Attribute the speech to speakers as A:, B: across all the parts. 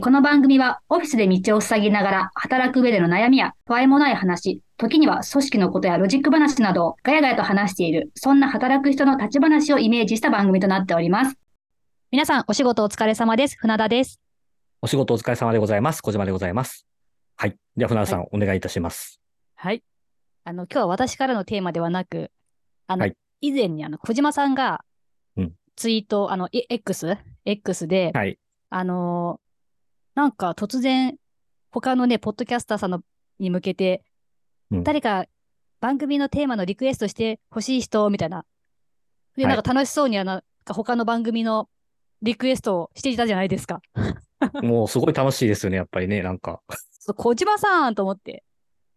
A: この番組はオフィスで道を塞ぎながら働く上での悩みや不安もない話、時には組織のことやロジック話などをガヤガヤと話している、そんな働く人の立ち話をイメージした番組となっております。皆さんお仕事お疲れ様です。船田です。
B: お仕事お疲れ様でございます。小島でございます。はい。では、船田さん、お願いいたします。
C: はい。あの、今日は私からのテーマではなく、あの、
B: はい
C: 以前にあの、小島さんが
B: うん、
C: ツイート、あの、え X?X で、
B: はい。
C: あのーなんか突然、他のね、ポッドキャスターさんのに向けて、
B: うん
C: 誰か番組のテーマのリクエストしてほしい人、みたいな。で、
B: はい
C: なんか楽しそうにあの、なんか他の番組のリクエストをしていたじゃないですか。
B: もう、すごい楽しいですよね、やっぱりね、なんか。
C: そう小島さんと思って。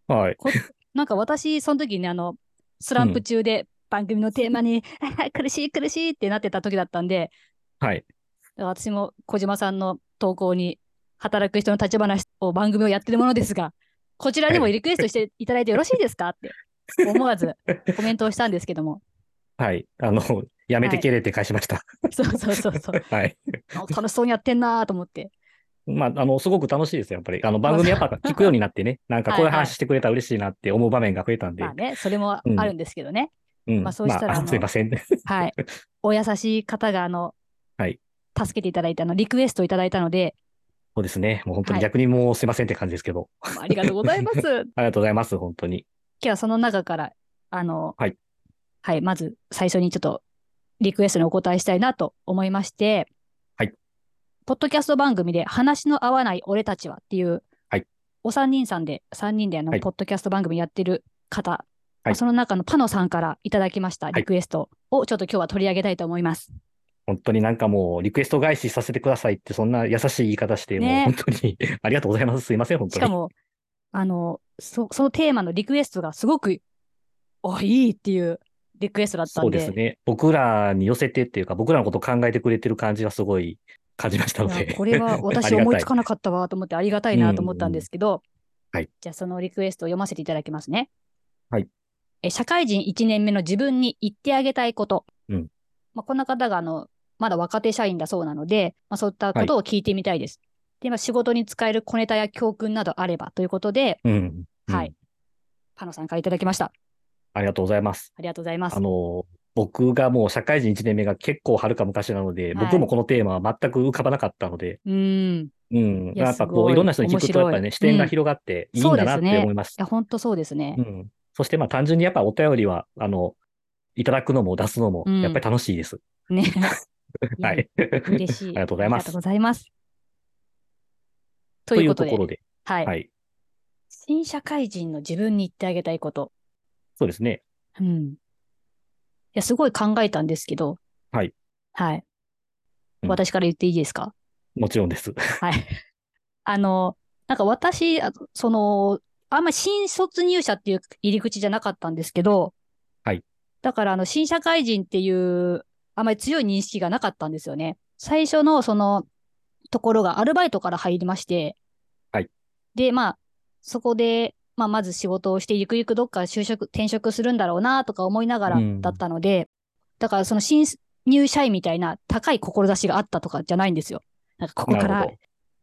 B: はい。
C: こなんか私、その時にあの、スランプ中で番組のテーマに、 苦しい苦しいってなってた時だったんで、
B: はい。
C: 私も小島さんの投稿に、働く人の立ち話を番組をやってるものですが、 こちらでもリクエストしていただいてよろしいですかって思わ ずコメントをしたんですけども。
B: はい。あの、やめてけれって返しました。
C: そうそうそう そう。
B: はい。
C: 楽しそうにやってんなーと思って。
B: まあ、あの、すごく楽しいですよ、やっぱり。あの、番組やっぱ聞くようになっ てね、なんかこういう話してくれたら嬉しいなって思う場面が増えたんで。
C: まあね、それもあるんですけどね。
B: うん。
C: まあそうしたら
B: まあ
C: あの
B: すいません。
C: はい。お優しい方が、あの、
B: はい
C: 助けていただいたあの、リクエストをいただいたので、
B: そうですね。もう本当に
C: はい
B: 逆にもうすいませんって感じですけど。
C: ありがとうございます。
B: ありがとうございます、本当に。
C: 今日はその中から、あの、
B: はい。
C: はい、まず最初にちょっとリクエストにお答えしたいなと思いまして、
B: はい。
C: ポッドキャスト番組で話の合わない俺たちはっていう、
B: はい。
C: お三人さんで、三人であの、
B: はい
C: ポッドキャスト番組やってる方、まあ
B: はい
C: その中のパノさんからいただきました
B: い
C: リクエストをちょっと今日は取り上げたいと思います。
B: 本当になんかもう、リクエスト返しさせてくださいって、そんな優しい言い方して、
C: ね
B: もう本当に ありがとうございます。すいません、本当
C: し
B: に。
C: かも、あの、そそのテーマのリクエストがすごく、あ、いいっていうリクエストだった
B: そ
C: ん
B: う
C: で、
B: ですね。僕らに寄せてっていうか、僕らのことを考えてくれてる感じはすごい感じましたの
C: いや
B: で。
C: これは
B: あ
C: 私
B: りがた
C: 思いつかなかったわと思ってありがたいなと思ったんですけど、
B: うんうんはい
C: じゃあそのリクエストを読ませていただきますね。
B: はい
C: え社会人1年目の自分に言ってあげたいこと。
B: うん
C: まあ、こんな方があのまだ若手社員だそうなので、まあ、そういったことを聞いてみたいです。でまあ仕事に使える小ネタや教訓などあればということで、
B: うん。うん
C: はい。パノさんからいただきました。
B: ありがとうございます。
C: ありがとうございます
B: あ。の、僕がもう社会人1年目が結構はるか昔なので、
C: はい
B: 僕もこのテーマは全く浮かばなかったので、
C: うーん。い
B: うん。
C: いや
B: やっぱ
C: す
B: こ
C: ご
B: う、
C: い
B: いろんな人に聞くと、や
C: 面
B: っぱ
C: 白い
B: ね、視点が広がっていいんだなっ
C: そうです
B: て
C: ね
B: 思いました。
C: や、本当そうですね。
B: うん。そして、まあ単純にやっぱお便りは、あの、いただくのも出すのも
C: う、ん
B: やっぱり楽しいです。
C: ね。
B: は。い。
C: 嬉しい。
B: ありがとうございま
C: ありが
B: す
C: とうございます。と
B: と
C: い
B: いう
C: こ
B: う
C: と
B: と
C: で、
B: ころで、
C: はい、
B: はい。
C: 新社会人の自分に言ってあげたいこと。
B: そうですね。
C: うん。いや、すごい考えたんですけど。
B: はい。
C: はい。
B: うん
C: 私から言っていいですか
B: もちろんです。
C: あの、なんか私、あその、あんま新卒入社っていう入り口じゃなかったんですけど、
B: はい。
C: だから、あの、新社会人っていう、あまり強い認識がなかったんですよね。最初の、その、ところがアルバイトから入りまして、
B: はい。
C: で、まあ、そこで、まあ、まず仕事をして、ゆくゆくどっか就職、転職するんだろうな、とか思いながら
B: うん
C: だったので、だから、その新入社員みたいな高い志があったとかじゃないんですよ。なんか、ここか
B: なる
C: ら
B: ほど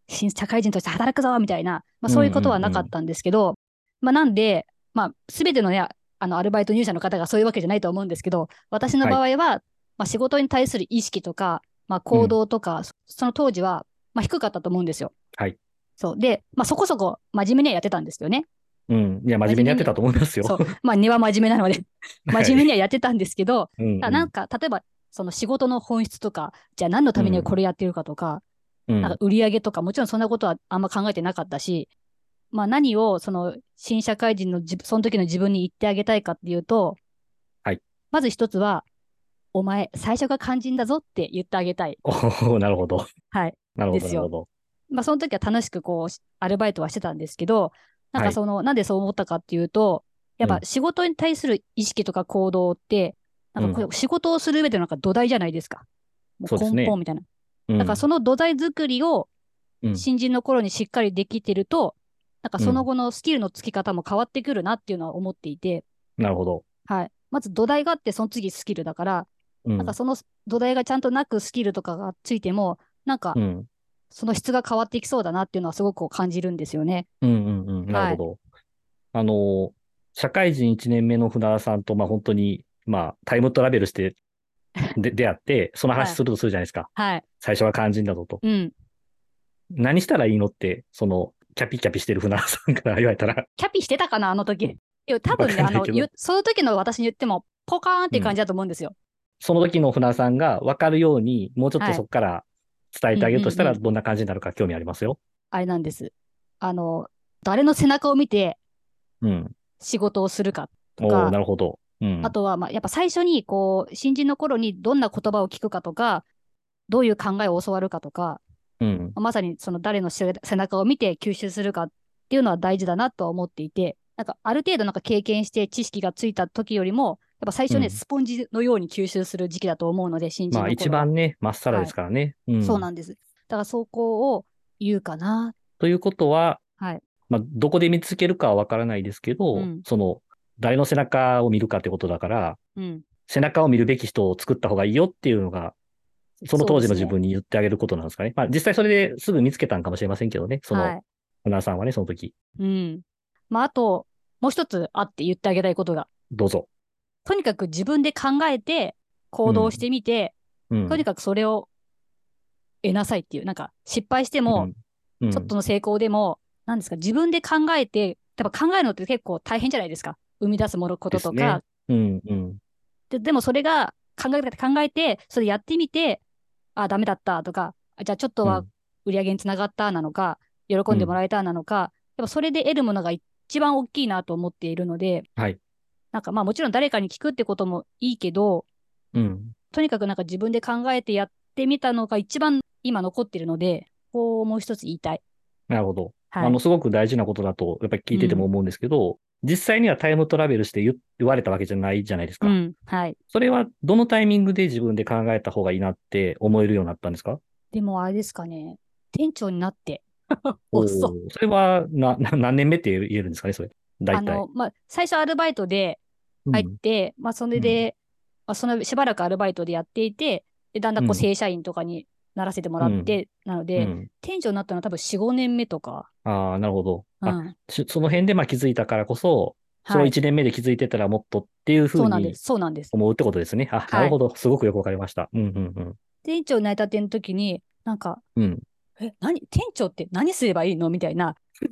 C: 新社会人として働くぞみたいな、まあ、そういうことはなかったんですけど、まあ、なんで、まあ、すべてのね、あのアルバイト入社の方がそういうわけじゃないと思うんですけど、私の場合は、まあ、仕事に対する意識とか、まあ、行動とか、そその当時は、まあ、低かったと思うんですよ。
B: はい
C: そうで、まあ、そこそこ真面目にはやってたんですよね。
B: うん。いや、真面目にやってたと思いますよ。
C: そうまあ、根は真面目なので、真 面目にはやってたんですけど、
B: 目に
C: ただなんか、例えば、その仕事の本質とか、じゃあ何のためにこれやってるかとか、
B: うん
C: なんか売り上げとか、もちろんそんなことはあんま考えてなかったし、まあ何をその新社会人の自分その時の自分に言ってあげたいかっていうと、
B: はい
C: まず一つは、お前、最初が肝心だぞって言ってあげたい。
B: おーなるほど。
C: はい。
B: なるほど、
C: で
B: な
C: す
B: る
C: よ
B: ほど。
C: まあその時は楽しくこう、しアルバイトはしてたんですけど、なんかその、なんでそう思ったかっていうと、やっぱ
B: うん
C: 仕事に対する意識とか行動って、なんかこう仕事をする上でのなんか土台じゃないですか。も
B: そうですね
C: 根本みたいな。
B: うん
C: だからその土台作りを
B: うん
C: 新人の頃にしっかりできてると、なんかその後のスキルのつき方も変わってくるなっていうのは思っていて、
B: なるほど。
C: はい。まず土台があって、その次スキルだから、
B: うん
C: なんかその土台がちゃんとなくスキルとかがついても、なんか
B: うん
C: その質が変わっていきそうだなっていうのはすごくこう感じるんですよね。
B: うんうんうん。なるほど。あの、社会人1年目の船田さんと、まあ本当に、まあタイムトラベルして、 で、出会って、その話するとするじゃないですか。
C: はい。
B: 最初は肝心だぞと。
C: うん。
B: 何したらいいのって、その、キャピキャピしてる船田さんから言われたら、
C: キャピしてたかな、あの時。いや、多分ね、
B: わ
C: あ
B: かんな
C: の、
B: いけど
C: 言うその時の私に言っても、ポカーンっていう感じだと思うんですよ。
B: その時の船田さんが分かるように、もうちょっとそこから伝えてあげるとした
C: うん
B: ら、
C: うん
B: どんな感じになるか興味ありますよ。
C: あれなんです。あの、誰の背中を見て
B: うん。
C: 仕事をするかと
B: おお
C: か、
B: なるほど。うん。
C: あとは、まあ、やっぱ最初に、こう、新人の頃にどんな言葉を聞くかとか、どういう考えを教わるかとか、
B: うん。
C: まさにその誰の背中を見て吸収するかっていうのは大事だなとは思っていて、なんかある程度なんか経験して知識がついた時よりも、やっぱ最初ね、
B: うん
C: スポンジのように吸収する時期だと思うので、新人の
B: ま
C: 頃
B: あ
C: は
B: 一番ね、まっさらですからね。うん。
C: そうなんです。だからそこを言うかな。
B: ということは、
C: はい
B: まあ、どこで見つけるかはわからないですけど、
C: うん
B: その、誰の背中を見るかってことだから、
C: うん。
B: 背中を見るべき人を作った方がいいよっていうのが、その当時の自分に言ってあげることなんですかね。まあ、実際それですぐ見つけたんかもしれませんけどね、そ
C: は
B: の、
C: い。
B: オナーさんはね、その時、
C: うん。まあ、あと、もう一つあって言ってあげたいことが、
B: どうぞ。
C: とにかく自分で考えて行動してみて、
B: うん。
C: とにかくそれを得なさいっていう、なんか失敗しても、
B: うん、
C: ちょっとの成功でも、なんですか、自分で考えて、やっぱ考えるのって結構大変じゃないですか。生み出すものことと
B: ですね
C: か。
B: うん、うん、
C: ででもそれが考えて考えて、それやってみて、あ、ダメだったとか、あじゃあちょっと
B: う
C: は
B: ん
C: 売り上げにつながったなのか、喜んでもらえたなのか、やっぱそれで得るものが一番大きいなと思っているので、
B: はい
C: なんかまあもちろん誰かに聞くってこともいいけど、
B: うん。
C: とにかくなんか自分で考えてやってみたのが一番今残ってるので、こうもう一つ言いたい。
B: なるほど。
C: はい。
B: あの、すごく大事なことだと、やっぱり聞いてても思うんですけど、実際にはタイムトラベルして言言われたわけじゃないじゃないですか。
C: うん。はい。
B: それはどのタイミングで自分で考えた方がいいなって思えるようになったんですか
C: でもあれですかね、店長になって、
B: おー
C: 遅っ
B: それはな、な、何年目って言えるんですかね、それ。
C: あ
B: 大体。
C: の、まあ、最初アルバイトで
B: うん
C: 入って、まあ、それで、まあ、そのしばらくアルバイトでやっていて、でだんだんこうん
B: う
C: 正社員とかにならせてもらって、なの
B: う
C: で、
B: ん。
C: 店長になったのは多分4、5年目とか。
B: ああ、なるほど。
C: う
B: あ
C: ん。
B: しその辺でまあ気づいたからこそ、その
C: はい。
B: 1年目で気づいてたらもっとっていうふ
C: そう
B: う
C: なん
B: に
C: です。そうなんです。
B: 思うってことですね。あ、
C: い
B: なるほど。すごくよくわかりました。うんうん
C: 店長になりたての時に、なんか、
B: うん。うん。
C: え、何、店長って何すればいいのみたい な、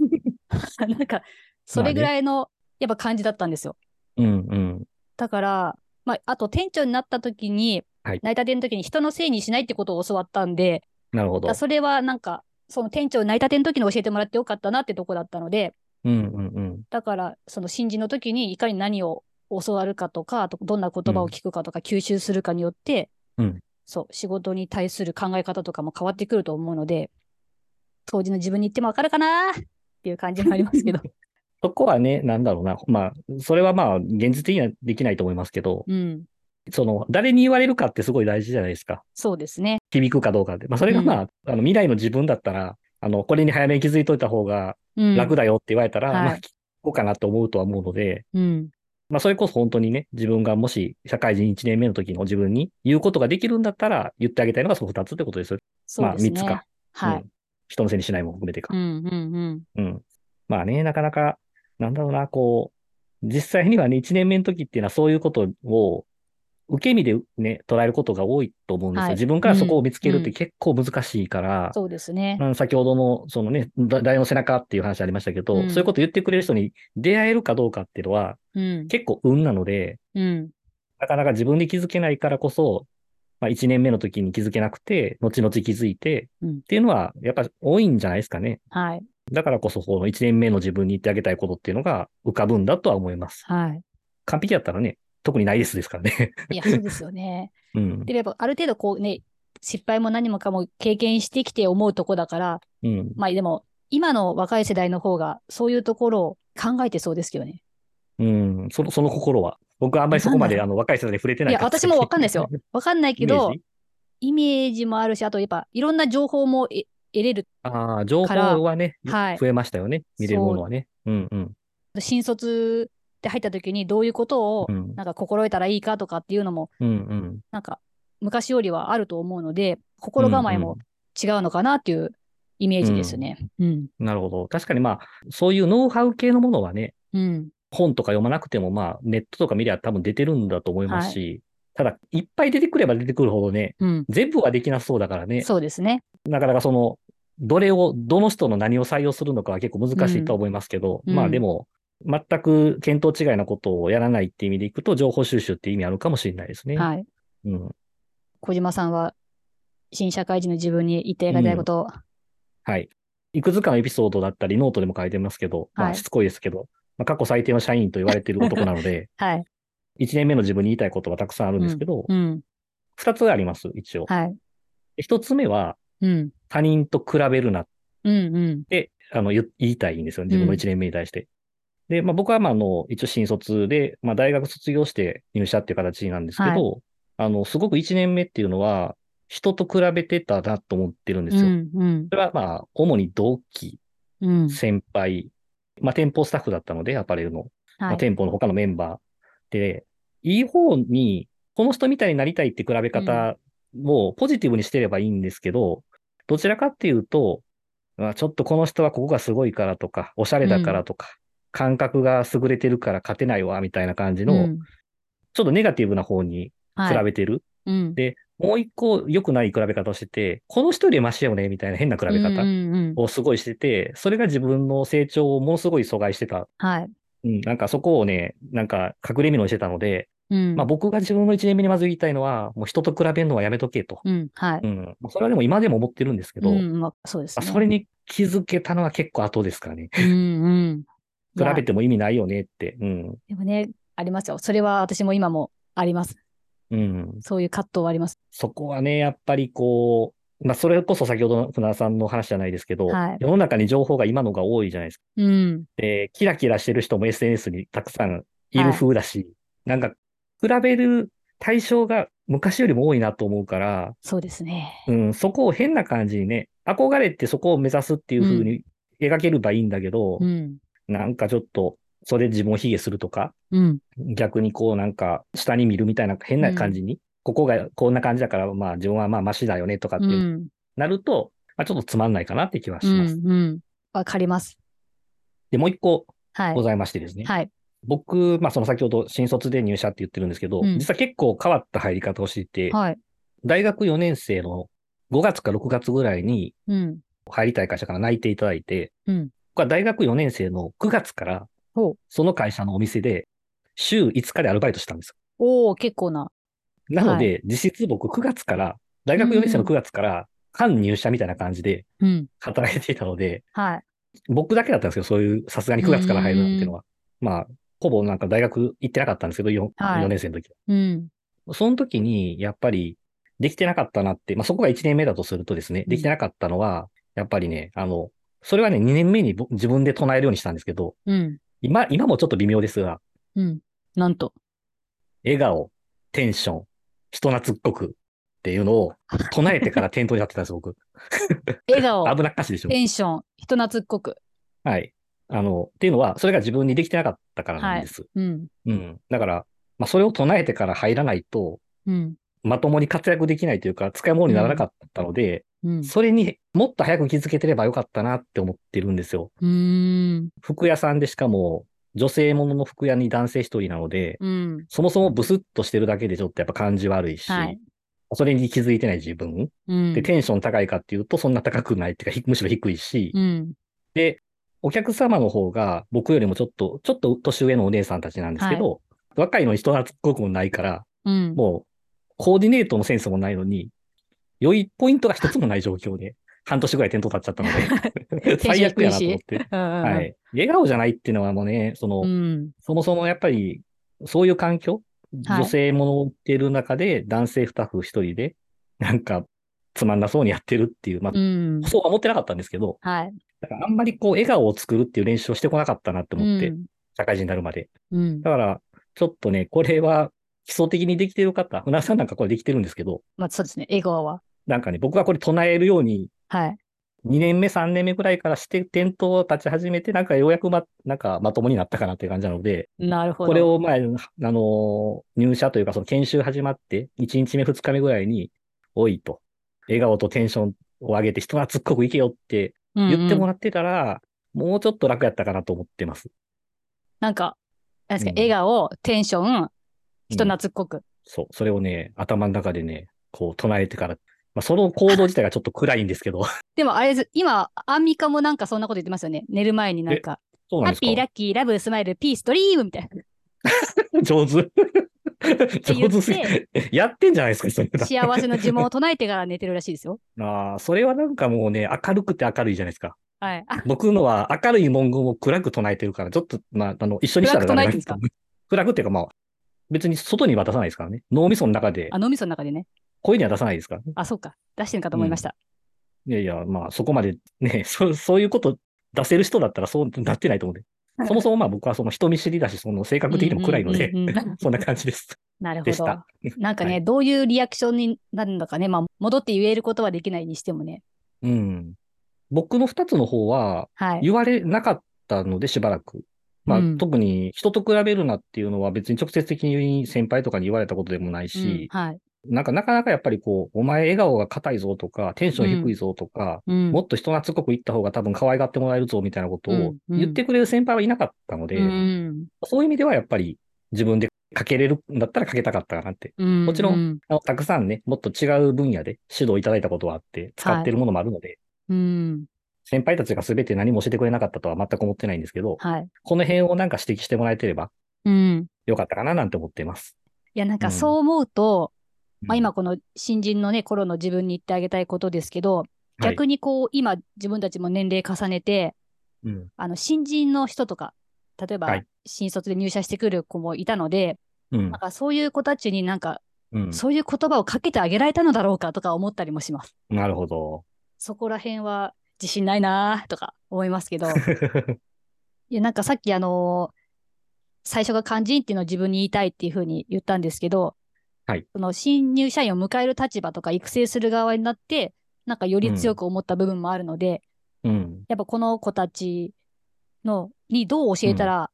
C: なんか、それぐらいの、やっぱ感じだったんですよ。
B: うんうん。
C: だから、まあ、あと店長になった時に、
B: はい
C: 成り立ての時に人のせいにしないってことを教わったんで、
B: なるほ
C: だか
B: ど
C: ら。それはなんか、その店長に成り立ての時に教えてもらってよかったなってとこだったので、
B: うんうんうん。
C: だから、その新人の時にいかに何を教わるかとか、あとどんな言葉を聞くかとか、吸収するかによって、
B: うん
C: そう、仕事に対する考え方とかも変わってくると思うので、当時の自分に言ってもわかるかなーっていう感じもあります けど。
B: そこはね、なんだろうな。まあ、それはまあ、現実的にはできないと思いますけど、
C: うん。
B: その、誰に言われるかってすごい大事じゃないですか。
C: そうですね。
B: 響くかどうかで。まあ、それが
C: うん
B: まあ、あの未来の自分だったら、あの、これに早めに気づいといた方が
C: うん。
B: 楽だよって言われたら、
C: はい
B: まあ、聞こうかなと思うとは思うので、
C: うん。
B: まあ、それこそ本当にね、自分がもし社会人1年目の時の自分に言うことができるんだったら、言ってあげたいのがその2つってことですよ。
C: そうですね。
B: まあ三つか。
C: は
B: う
C: い。
B: ん人のせいにしないも含めてか
C: う。んうんうん。
B: うん。まあね、なかなか、なんだろうな、こう、実際にはね、1年目の時っていうのはそういうことを、受け身でね、捉えることが多いと思うんですよ。
C: はい
B: 自分からそこを見つけるっ
C: うんう
B: て
C: ん
B: 結構難しいから、
C: そうですね。
B: うん先ほどの、そのね、だ誰の背中っていう話ありましたけど、
C: うん
B: そういうこと言ってくれる人に出会えるかどうかっていうのは、
C: うん。
B: 結構運なので、
C: うん。
B: なかなか自分で気づけないからこそ、まあ、1年目の時に気づけなくて、後々気づいて、
C: うん
B: っていうのは、やっぱ多いんじゃないですかね。
C: はい。
B: だからこそ、この1年目の自分に言ってあげたいことっていうのが浮かぶんだとは思います。
C: はい。
B: 完璧だったらね、特にないですですからね。
C: いや、そうですよね。
B: うん。
C: で、やっぱある程度こうね、失敗も何もかも経験してきて思うとこだから、
B: うん。
C: まあでも、今の若い世代の方が、そういうところを考えてそうですけどね。
B: うん。その、その心は。僕はあんまりそこまで、
C: な
B: あの、若い世代に触れて
C: い
B: ない
C: や、
B: から。
C: 私もわかんないですよ
B: イメー。
C: わかんない
B: ジ。
C: けど、イメージもあるし、あとやっぱ、いろんな情報もえ得れる。
B: ああ、情報
C: から
B: はね、
C: はい
B: 増えましたよね。見れるものはね。うんうん。
C: 新卒で入った時に、どういうことを
B: う、ん
C: なんか心得たらいいかとかっていうのも、
B: うんうん。
C: なんか、昔よりはあると思うので、心構えも違うのかなっていうイメージですね。うん。
B: なるほど。確かにまあ、そういうノウハウ系のものはね、
C: うん。
B: 本とか読まなくても、まあ、ネットとか見りゃ多分出てるんだと思いますし、ただ、いっぱい出てくれば出てくるほどね、
C: うん。
B: 全部はできなそうだからね、
C: そうですね。
B: なかなかその、どれを、どの人の何を採用するのかは結構難しいとは思いますけど、
C: うん
B: ま
C: う
B: あ
C: ん
B: でも、全く見当違いなことをやらないって意味でいくと、情報収集って意味あるかもしれないですね。
C: はい。
B: うん。
C: 小島さんは、新社会人の自分に言ってあげたいこと、
B: はい。いくつかのエピソードだったり、ノートでも書いてますけど、ま
C: は
B: あ、
C: い
B: しつこいですけど、まあ、過去最低の社員と言われている男なので、
C: はい。
B: 1年目の自分に言いたいことがたくさんあるんですけど、
C: うん。
B: 2つあります、一応。
C: はい。
B: 1つ目は、
C: うん。
B: 他人と比べるなっ
C: うん。うん。
B: て、あの、言言いたいんですよね、自分の1年目に対して。で、まあ、僕は、まあ、あの、一応新卒で、まあ、大学卒業して入社っていう形なんですけど、あの、すごく1年目っていうのは、人と比べてたなと思ってるんで
C: う
B: すよ。
C: ん。うん
B: それは、まあ、主に同期
C: うん。
B: 先輩、まあ、店舗スタッフだったので、アパレルの、ま
C: は
B: あ、
C: い。
B: 店舗の他のメンバーで、いい方に、この人みたいになりたいって比べ方をポジティブにしてればいいんですけど、どちらかっていうと、まあ、ちょっとこの人はここがすごいからとか、おしゃれだからとか、感覚が優れてるから勝てないわ、みたいな感じの、
C: うん
B: ちょっとネガティブな方に比べてる。
C: はいうん
B: でもう一個良くない比べ方をしてて、この人よりマシよね、みたいな変な比べ
C: うん
B: 方。
C: うんうん
B: をすごいしてて、それが自分の成長をものすごい阻害してた。
C: はい。
B: うん、なんかそこをね、なんか隠れみのにしてたので、
C: うん。
B: まあ僕が自分の1年目にまず言いたいのは、もう人と比べるのはやめとけと。
C: うん。はい。
B: うん。それはでも今でも思ってるんですけど、
C: うん。まあ、そうです
B: まあ
C: ね。
B: それに気づけたのは結構後ですからね。
C: うん。うん。い
B: 比
C: や
B: べても意味ないよねって。うん。
C: でもね、ありますよ。それは私も今もあります。
B: うん。
C: そういう葛藤はあります。
B: そこはね、やっぱりこう、まあそれこそ先ほどの船田さんの話じゃないですけど、
C: はい
B: 世の中に情報が今のが多いじゃないですか
C: うん。
B: で、キラキラしてる人も SNS にたくさんい
C: は
B: る
C: い
B: 風だし、なんか、比べる対象が昔よりも多いなと思うから、
C: そうですね。
B: うん、そこを変な感じにね、憧れてそこを目指すっていう風に描ければいいんだけど、
C: うん。
B: なんかちょっと、それ自分を卑下するとか、
C: うん。
B: 逆にこうなんか、下に見るみたいな変な感じに、ここがこんな感じだから、まあ自分はまあマシだよねとかっ
C: う
B: て
C: ん。
B: なると、まあちょっとつまんないかなって気はし
C: う
B: ます。
C: ん。うん。わかります。
B: で、もう一個
C: はい
B: ご。ざいましてですね。
C: はい。
B: 僕、まあ、その先ほど新卒で入社って言ってるんですけど、
C: うん
B: 実は結構変わった入り方をしていて、
C: はい。
B: 大学4年生の5月か6月ぐらいに
C: うん。
B: 入りたい会社から内定いただいて、
C: うん
B: 僕は大学4年生の9月から
C: ほう、
B: その会社のお店で週5日でアルバイトしたんですよ。
C: おお結構な。
B: なので、実質僕9月から、大学4年生の9月から、半入社みたいな感じで
C: うん。
B: 働いていたので、
C: はい。
B: 僕だけだったんですよ、そういう、さすがに9月から入るなんていうのは。まあ、ほぼなんか大学行ってなかったんですけど、4,
C: はい
B: 4年生の時は
C: うん。
B: その時に、やっぱり、できてなかったなって、まあ、そこが1年目だとするとですね、
C: うん
B: できてなかったのは、やっぱりね、あの、それはね、2年目にぼ自分で唱えるようにしたんですけど、
C: うん。
B: 今、今もちょっと微妙ですが、
C: うん。なんと。
B: 笑顔、テンション、人懐っこくっていうのを唱えてから店頭に立ってたんで す、僕。
C: 笑顔、
B: 危なっかしいでしょ。
C: テンション、人懐っこく。
B: はい。あの、っていうのは、それが自分にできてなかったからなんです。
C: うん。
B: うん。だから、まあ、それを唱えてから入らないと、
C: うん。
B: まともに活躍できないというか、使い物にならなかったので、
C: うん。
B: それにもっと早く気づけてればよかったなって思ってるんですよ。
C: うーん。
B: 服屋さんでしかも、女性ものの服屋に男性一人なので、
C: うん。
B: そもそもブスッとしてるだけでちょっとやっぱ感じ悪いし、
C: はい。
B: それに気づいてない自分。
C: うん。
B: で、テンション高いかっていうとそんな高くないっていうかひ、むしろ低いし、
C: うん。
B: お客様の方が僕よりもちょっと、ちょっと年上のお姉さんたちなんですけど、若いのに人懐っこくもないから、
C: うん。
B: もうコーディネートのセンスもないのに、良いポイントが一つもない状況で、 半年ぐらい店頭立っちゃったので。 最悪やなと思って。
C: うん。
B: は。い。笑顔じゃないっていうのはもうね、その、
C: うん。
B: そもそもやっぱり、そういう環境、
C: はい
B: 女性ものを売ってる中で、男性スタッフ一人で、なんか、つまんなそうにやってるっていう、まあ
C: う、ん。
B: そうは思ってなかったんですけど、
C: はい。
B: だからあんまりこう、笑顔を作るっていう練習をしてこなかったなって思って、
C: うん。
B: 社会人になるまで。
C: うん
B: だ。から、ちょっとね、これは、基礎的にできてる方、船田さんなんかこれできてるんですけど、
C: まあそうですね。笑顔は。
B: なんかね、僕がこれ唱えるように
C: はい。
B: 2年目、3年目ぐらいからして、店頭を立ち始めて、なんかようやくま、なんかまともになったかなっていう感じなので、
C: なるほど。
B: これを前、あのー、入社というか、その研修始まって、1日目、2日目ぐらいに、おいと、笑顔とテンションを上げて人懐っこく行けよって言ってもらってたら、もうちょっと楽やったかなと思ってます。
C: なんか、なんですか、
B: うん
C: 笑顔、テンション、人懐っこく。
B: そう。それをね、頭の中でね、こう唱えてから、まあ、その行動自体がちょっと暗いんですけど。
C: でもあれです、今、アンミカもなんかそんなこと言ってますよね。寝る前になんか、
B: そうなん
C: ハ
B: で
C: ッ
B: すか
C: ピー、ラッキー、ラブ、スマイル、ピース、ドリームみたいな。
B: 上手。上手すぎ
C: 言
B: やってんじゃないですか、それ。
C: 幸せの呪文を唱えてから寝てるらしいですよ。
B: ああ、それはなんかもうね、明るくて明るいじゃないですか。
C: はい。あ、
B: 僕のは明るい文言を暗く唱えてるから、ちょっと、まあ、あの、一緒にしたらダメなんですけど
C: 暗
B: 暗くっていうか、まあ、別に外には出さないですからね。脳みその中で
C: あ脳みその中でね。
B: 声には出さないですからね。
C: あ、そうか。出してるかと思いました。
B: いやいや、まあ、そこまでね、 そそういうこと出せる人だったらそうなってないと思うんで。そもそもまあ僕はその人見知りだし、その性格的にも暗いので
C: うんうんうんうん、
B: そんな感じです。
C: なるほ
B: でし
C: ど。
B: た。
C: なんかね、
B: は
C: どういうリアクションになるのかね、まあ、戻って言えることはできないにしてもね。
B: うん。僕の二つの方は、
C: はい。
B: 言われなかったので、しばらく。まあ、
C: うん
B: 特に人と比べるなっていうのは別に直接的に先輩とかに言われたことでもないし、
C: うんはい。
B: なんかなかなかやっぱりこう、お前笑顔が硬いぞとか、テンション低いぞとか、
C: うん
B: もっと人懐っこく言った方が多分可愛がってもらえるぞみたいなことを
C: うんうん
B: 言ってくれる先輩はいなかったので、
C: うん
B: そういう意味ではやっぱり自分でかけれるんだったらかけたかったかなって。
C: うん
B: もちろ
C: ん、
B: あのたくさんね、もっと違う分野で指導いただいたことはあって、使ってるものもあるので、
C: うん。
B: 先輩たちが全て何も教えてくれなかったとは全く思ってないんですけど、
C: はい。
B: この辺をなんか指摘してもらえてれば
C: うん。
B: よかったかななんて思っています。
C: いや、なん
B: う
C: か
B: ん
C: そう思うと、まあ、
B: う
C: 今
B: ん、
C: この新人のね、頃の自分に言ってあげたいことですけど、
B: はい
C: 逆にこう、今自分たちも年齢重ねて、
B: うん
C: あの、新人の人とか、例えば
B: はい
C: 新卒で入社してくる子もいたので、
B: うん
C: なんかそういう子たちになんか、
B: うん
C: そういう言葉をかけてあげられたのだろうかとか思ったりもします。
B: なるほど。
C: そこら辺は自信ないなーとか思います けど、いや、なんかさっきあのー最初が肝心っていうのを自分に言いたいっていうふうに言ったんですけど、
B: はい
C: その新入社員を迎える立場とか育成する側になって、なんかより強く思った部分もあるので、
B: うん、
C: やっぱこの子たちのにどう教えたら、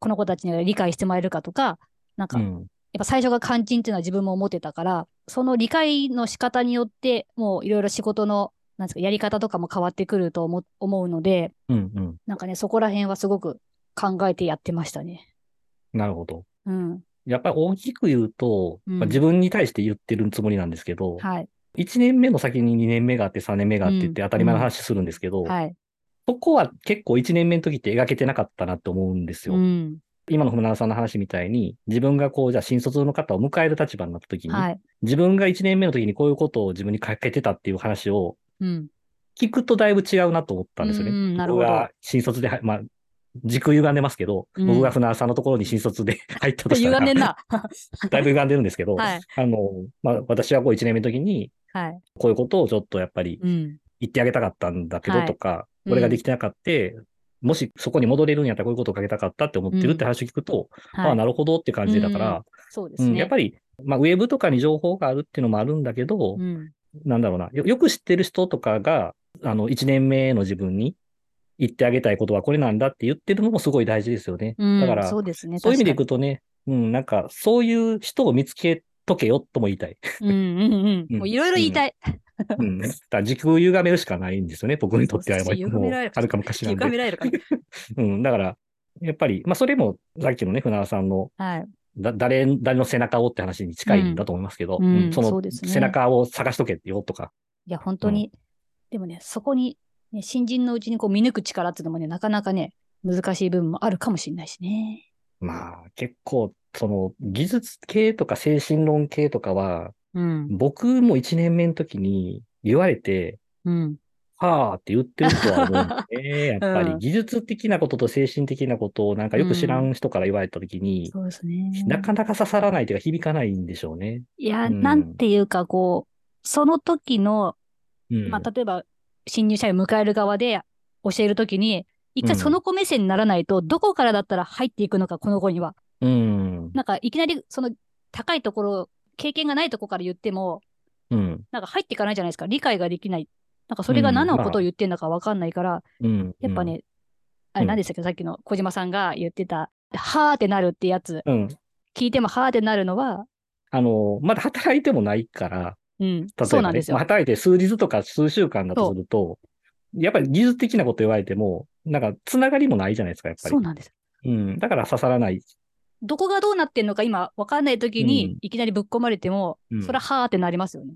C: この子たちに理解してもらえるかとか、なんか
B: う
C: やっ
B: ん、
C: ぱ最初が肝心っていうのは自分も思ってたから、その理解の仕方によって、もういろいろ仕事の、なんですか、やり方とかも変わってくると思思うので、
B: うん、うん。
C: なんかね、そこら辺はすごく考えてやってましたね。
B: なるほど。
C: うん。
B: やっぱり大きく言うと、
C: うん
B: まあ、自分に対して言ってるつもりなんですけど、
C: はい。
B: 1年目の先に2年目があって3年目があってって
C: うん
B: 当たり前の話するんですけど、
C: はい。
B: そこは結構1年目の時って描けてなかったなって思うんですよ。
C: うん。
B: 今の船田さんの話みたいに、自分がこう、じゃあ新卒の方を迎える立場になった時に、
C: はい。
B: 自分が1年目の時にこういうことを自分にかけてたっていう話を
C: うん。
B: 聞くとだいぶ違うなと思ったんですよね。
C: うんなるほど
B: 僕が新卒では、まあ、軸歪んでますけど、
C: うん
B: 僕が船田さんのところに新卒で入ったとしたら、
C: 歪んでんな。
B: だいぶ歪んでるんですけど、
C: はい。
B: あの、まあ、私はこう1年目の時に、
C: はい。
B: こういうことをちょっとやっぱり
C: うん。
B: 言ってあげたかったんだけど
C: はい
B: とか、
C: うん
B: 俺ができてなかった、もしそこに戻れるんやったらこういうことをかけたかったって思ってるって話を聞くと、ま
C: は
B: あ
C: い。
B: なるほどって感じだから、
C: そうです
B: うん
C: ね。
B: やっぱり、まあ、ウェブとかに情報があるっていうのもあるんだけど、
C: うん。
B: なんだろうなよ、よく知ってる人とかが、あの、1年目の自分に言ってあげたいことはこれなんだって言ってるのもすごい大事ですよね。
C: うん
B: だから、
C: そ
B: そう
C: うですね。
B: いう意味でい
C: 確
B: くとね、うん、なんか、そういう人を見つけとけよとも言いたい。
C: かにうんうんう。
B: うんん
C: もういろいろ言いたい。
B: うん。だから軸を歪めるしかないんですよね、僕にとっては。
C: そうそう
B: も
C: 歪め
B: う
C: られる
B: はるか昔なん
C: 歪め
B: で。
C: られるかな。
B: うん。だから、やっぱり、まあ、それも、さっきのね、船田さんの、
C: はい。
B: だ誰、誰の背中をって話に近いんだと思いますけど、
C: うんうん
B: うんそ
C: そ
B: の
C: うですね
B: 背中を探しとけよとか、
C: いや、本当に。でもね、そこに、ね、新人のうちにこう見抜く力っていうのもね、なかなかね、難しい部分もあるかもしれないしね。
B: まあ、結構、その、技術系とか精神論系とかは、
C: うん。
B: 僕も1年目の時に言われて、
C: うん。
B: はあって言ってるとは思うんで すね。やっぱ
C: う
B: り
C: ん
B: 技術的なことと精神的なことをなんかよく知らん人から言われた時に、
C: そうですね。
B: なかなか刺さらないというか響かないんでしょうね。
C: いや、
B: うん
C: なんていうか、こう、その時の
B: うん
C: まあ、例えば、新入社員を迎える側で教えるときに、一回その子目線にならないと、どこからだったら入っていくのか、この子には。
B: うん。
C: なんか、いきなり、その、高いところ、経験がないところから言っても、
B: うん。
C: なんか入っていかないじゃないですか。理解ができない。なんか、それが
B: うん
C: 何の
B: まあ
C: ことを言ってるのか分かんないから、
B: うん。
C: やっぱね、あれ、何でしたっけ、さっきの小島さんが言ってた、はーってなるってやつ、
B: うん。うん。
C: 聞いてもはーってなるのは、
B: あの、まだ働いてもないから、
C: うん。
B: 例えばね、
C: そうなんですよ
B: まあ。働いて数日とか数週間だとすると、やっぱり技術的なこと言われても、なんかつながりもないじゃないですか、やっぱり。
C: そうなんです。
B: うん。だから刺さらない。
C: どこがどうなってんのか今わかんない時
B: う
C: に
B: ん
C: いきなりぶっ込まれても、
B: うん
C: それははーってなりますよね。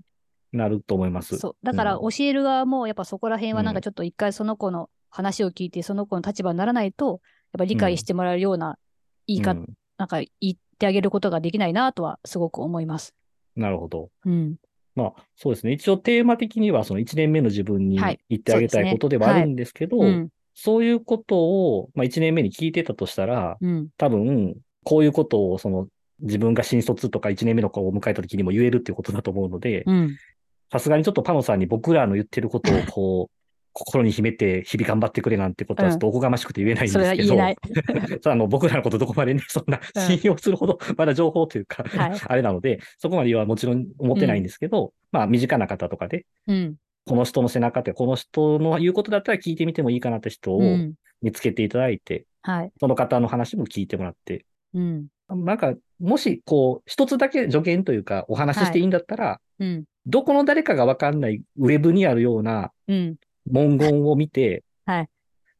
B: なると思います。
C: そう。だから
B: う
C: 教える側もやっぱそこら辺はなん
B: う
C: か
B: ん
C: ちょっと一回その子の話を聞いて、その子の立場にならないと、やっぱ理解してもらえるような言い方、
B: うん
C: なんか言ってあげることができないなとはすごく思います。
B: なるほど。
C: うん。
B: まあ、そうですね。一応テーマ的には、その1年目の自分に
C: はい
B: 言ってあげたいことではあるんですけど、
C: うん。
B: そういうことを、まあ、1年目に聞いてたとしたら、
C: うん。
B: 多分、こういうことを、その、自分が新卒とか1年目の子を迎えた時にも言えるっていうことだと思うので、
C: うん。
B: さすがにちょっとパノさんに僕らの言ってることを、こう、心に秘めて、日々頑張ってくれなんてことは、ちょっとおこがましくて言えないん
C: それ
B: で
C: は
B: すけ
C: 言え
B: ど、
C: ない。
B: あの僕らのことどこまでね、 そんな
C: うん
B: 信用するほど、 まだ情報というか、
C: はい
B: あれなので、そこまではもちろん思ってないんですけど、まあ、身近な方とかで、
C: うん。
B: この人の背中って、この人の言うことだったら聞いてみてもいいかなって人を
C: うん。
B: 見つけていただいて、
C: はい。
B: その方の話も聞いてもらって、
C: うん。
B: なんか、もし、こう、一つだけ助言というか、お話ししていいんだったら、
C: うん。
B: どこの誰かがわかんないウェブにあるような
C: うん。
B: 文言を見て、
C: はい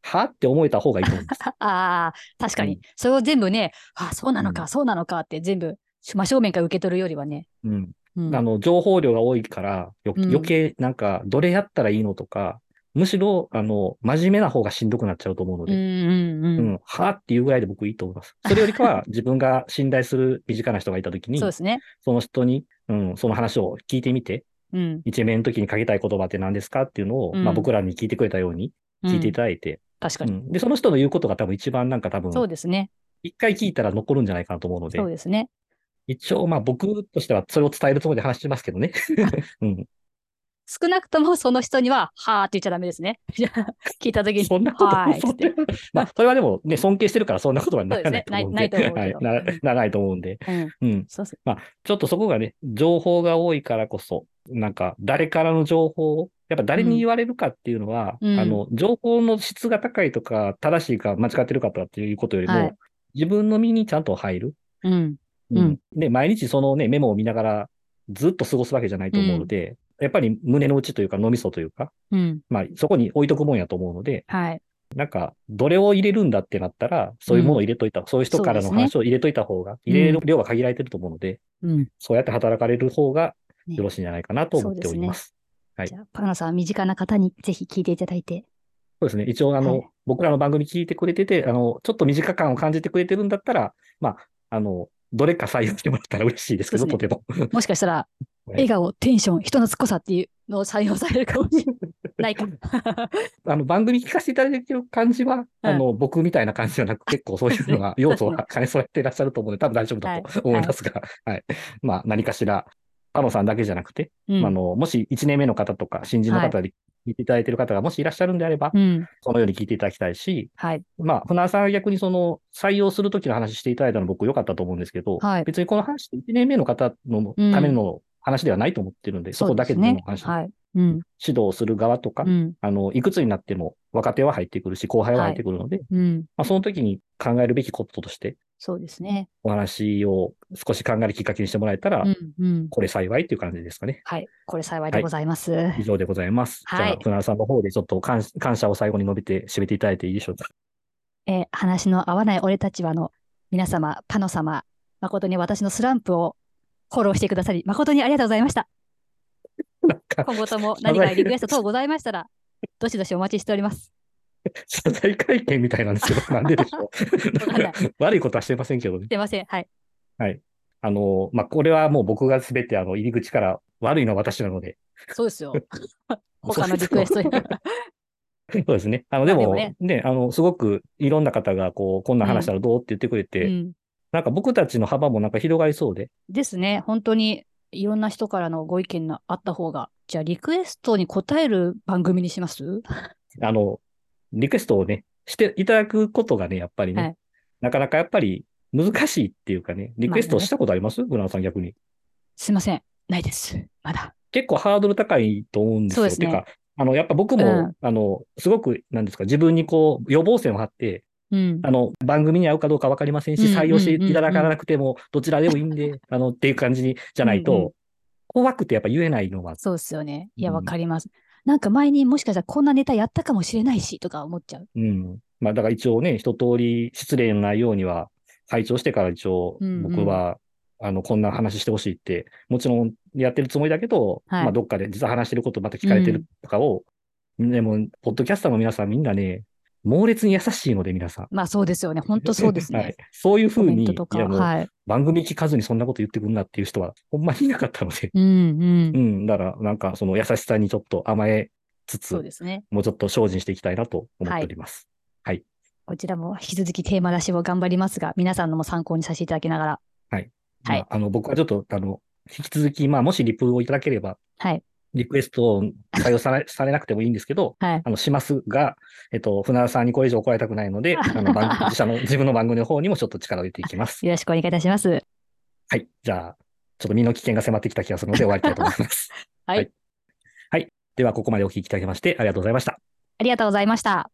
B: はって思えた方がいいと思 います。
C: ああ、確かに。
B: うん
C: それを全部ね、あそうなのか、
B: う
C: そうなのかって全部、真正面から受け取るよりはね。
B: うん。
C: うん
B: あの、情報量が多いから、よ
C: うん
B: 余計なんか、どれやったらいいのとか、むしろ、あの、真面目な方がしんどくなっちゃうと思うの
C: うん
B: で、
C: うんう。
B: うんん、はっていうぐらいで僕いいと思います。それより かは、自分が信頼する身近な人がいたときに、
C: そうで
B: そ
C: すね。
B: の人に、うん、その話を聞いてみて、
C: うん。
B: 一面の時にかけたい言葉って何ですかっていうのを、
C: うん
B: まあ僕らに聞いてくれたように聞いていただいて、
C: 確か
B: う
C: に。
B: んで、その人の言うことが多分一番なんか多
C: そう
B: 分、
C: ですね。
B: 一回聞いたら残るんじゃないかなと思うので
C: そう、ですね。
B: 一応まあ僕としてはそれを伝えるつもりで話してますけ どね。うん、
C: 少なくともその人には、はーって言っちゃダメですね。 聞いたときに。
B: そんなこと
C: はーいっつ
B: そ
C: っ
B: んな
C: て。
B: まあそれはでもね、尊敬してるからそんなことはならないと
C: そうですね
B: 思うんで。
C: ないないと思うけど
B: はいなならないと思うんで。
C: うん。
B: うん。
C: そうです。
B: ちょっとそこがね、情報が多いからこそ、なんか誰からの情報を、やっぱ誰に言われるかっていうのは、
C: うん
B: あの、情報の質が高いとか、正しいか間違ってるかとかっていうことよりも、
C: はい
B: 自分の身にちゃんと入る。
C: うん。うん
B: で、毎日そのね、メモを見ながらずっと過ごすわけじゃないと思うので、やっぱり胸の内というか脳みそというか、
C: うん。
B: まあそこに置いとくもんやと思うので、
C: はい。
B: なんか、どれを入れるんだってなったら、そういうものを入れといた、そういう人からの
C: そうですね
B: 話を入れといた方が、入れる量が限られてると思うので、
C: うん。
B: そうやって働かれる方が
C: ね
B: よろしいんじゃないかなと思っております。はい
C: じゃあ、パナさんは身近な方にぜひ聞いていただいて。
B: そうですね。一応、あの、
C: はい
B: 僕らの番組聞いてくれてて、あの、ちょっと短感を感じてくれてるんだったら、まあ、あの、どれか採用してもらったら嬉しいですけど、
C: そう
B: とても。
C: もしかしたら、
B: い
C: 笑顔、テンション、人のこさっていうのを採用されるかもしれない。 ないか。
B: あの、番組聞かせていただいてる感じは、あの、僕みたいな感じじゃなく、結構そういう のが、要素が兼ね添えていらっしゃると思うので、多分大丈夫だと思いますが、はい。まあ、何かしら、パノさんだけじゃなくて、
C: うん
B: まああの、もし1年目の方とか、新人の方で聞いていただいている方が、もしいらっしゃるんであれば、
C: うん。
B: そのように聞いていただきたいし、
C: はい。
B: まあ、船田さんは逆にその、採用するときの話していただいたの僕良かったと思うんですけど、
C: はい
B: 別にこの話って1年目の方のための話ではないと思ってるんで、そこだけで
C: そう
B: の
C: です
B: 話、
C: ね。はい。うん。
B: 指導する側とか、
C: うん。
B: あの、いくつになっても若手は入ってくるし、後輩は入ってくるので、
C: うん。
B: まあ、その時に考えるべきこととして、
C: そうですね。
B: お話を少し考えるきっかけにしてもらえたら、
C: うん。うん。
B: これ幸いっていう感じですかね。
C: はい。これ幸いでございます。はい。
B: 以上でございます。
C: はい
B: じゃあ、船田さんの方でちょっと感感謝を最後に述べて締めていただいていいでしょ うか。
C: えー話の合わない俺たちはの皆様、パノ様、誠に私のスランプをフォローしてくださり、誠にありがとうございま した。
B: なんか、
C: 今後とも何かリクエスト等ございましたら、どしどしお待ちしております。
B: 謝罪会見みたいなんですけど、なんででしょ。
C: わかんないう
B: 悪いことはしてませんけどね
C: す。いません。はい。
B: あの、まあ、これはもう僕が全てあの入り口から悪いのは私なので。
C: そうです よ。他のリクエストに。
B: そうですね。あの、で
C: まあでも
B: も、
C: ね
B: ねあの、すごくいろんな方が、こう、こんな話したらどうって言ってくれて、
C: うん
B: なんか僕たちの幅もなんか広がりそうで、
C: ですね。本当にいろんな人からのご意見があった方が、じゃあリクエストに答える番組にします
B: あの、リクエストをね、していただくことがね、やっぱりね、
C: はい
B: なかなかやっぱり難しいっていうかね、リクエス
C: まあ
B: ト
C: ね
B: したことあります、村野さん逆に。
C: すいません。ないです。まだ。
B: 結構ハードル高いと思うんですよ。
C: そうですね
B: てか、あの、やっぱ僕も、
C: うん
B: あの、すごく、なんですか、自分にこう、予防線を張って、
C: うん。
B: あの、番組に合うかどうか分かりませんし、
C: うん
B: 採用して
C: うんうん
B: いただかなくても、どちらでもいいんで、あの、っていう感じにじゃな
C: うんう
B: い
C: ん
B: と、怖くてやっぱ言えないのは、
C: そうですよね。いや、
B: うん
C: わかります。なんか前にもしかしたらこんなネタやったかもしれないし、とか思っちゃう。
B: うん。まあだから一応ね、一通り失礼のないようには、会長してから一応
C: うんうん
B: 僕は、あの、こんな話してほしいって、もちろんやってるつもりだけど、
C: はい
B: まあどっかで実は話してることまた聞かれてるとかを、でも、ポッドキャスターの皆さんみんなね、猛烈に優しいので皆さん。
C: まあそうですよね。本当そうです
B: はい
C: ね。
B: そういうふ
C: コ
B: う
C: メ
B: に、
C: ン
B: い
C: トとか。
B: やもう
C: はい。
B: 番組聞かずにそんなこと言ってくんなっていう人は、ほんまにいなかったので。
C: うんうん。
B: うん、だから、なんか、その優しさにちょっと甘えつつ
C: そう、ですね。
B: もうちょっと精進していきたいなと思っております。
C: こちらも引き続きテーマ出しを頑張りますが、皆さんのも参考にさせていただきながら。はい
B: まあ、あの、僕はちょっと、あの、引き続き、まあ、もしリプをいただければ、
C: はい。
B: リクエストを採用され されなくてもいいんですけど、
C: はい。
B: あの、しますが、えっと、船田さんにこれ以上怒られたくないので、あ の、番自社の、自分の番組の方にもちょっと力を入れていきます。
C: よろしくお願いいたします。
B: はい。じゃあ、ちょっと身の危険が迫ってきた気がするので終わりたいと思います。
C: はい
B: はい。では、ここまでお聞きいただきまして、ありがとうございました。
C: ありがとうございました。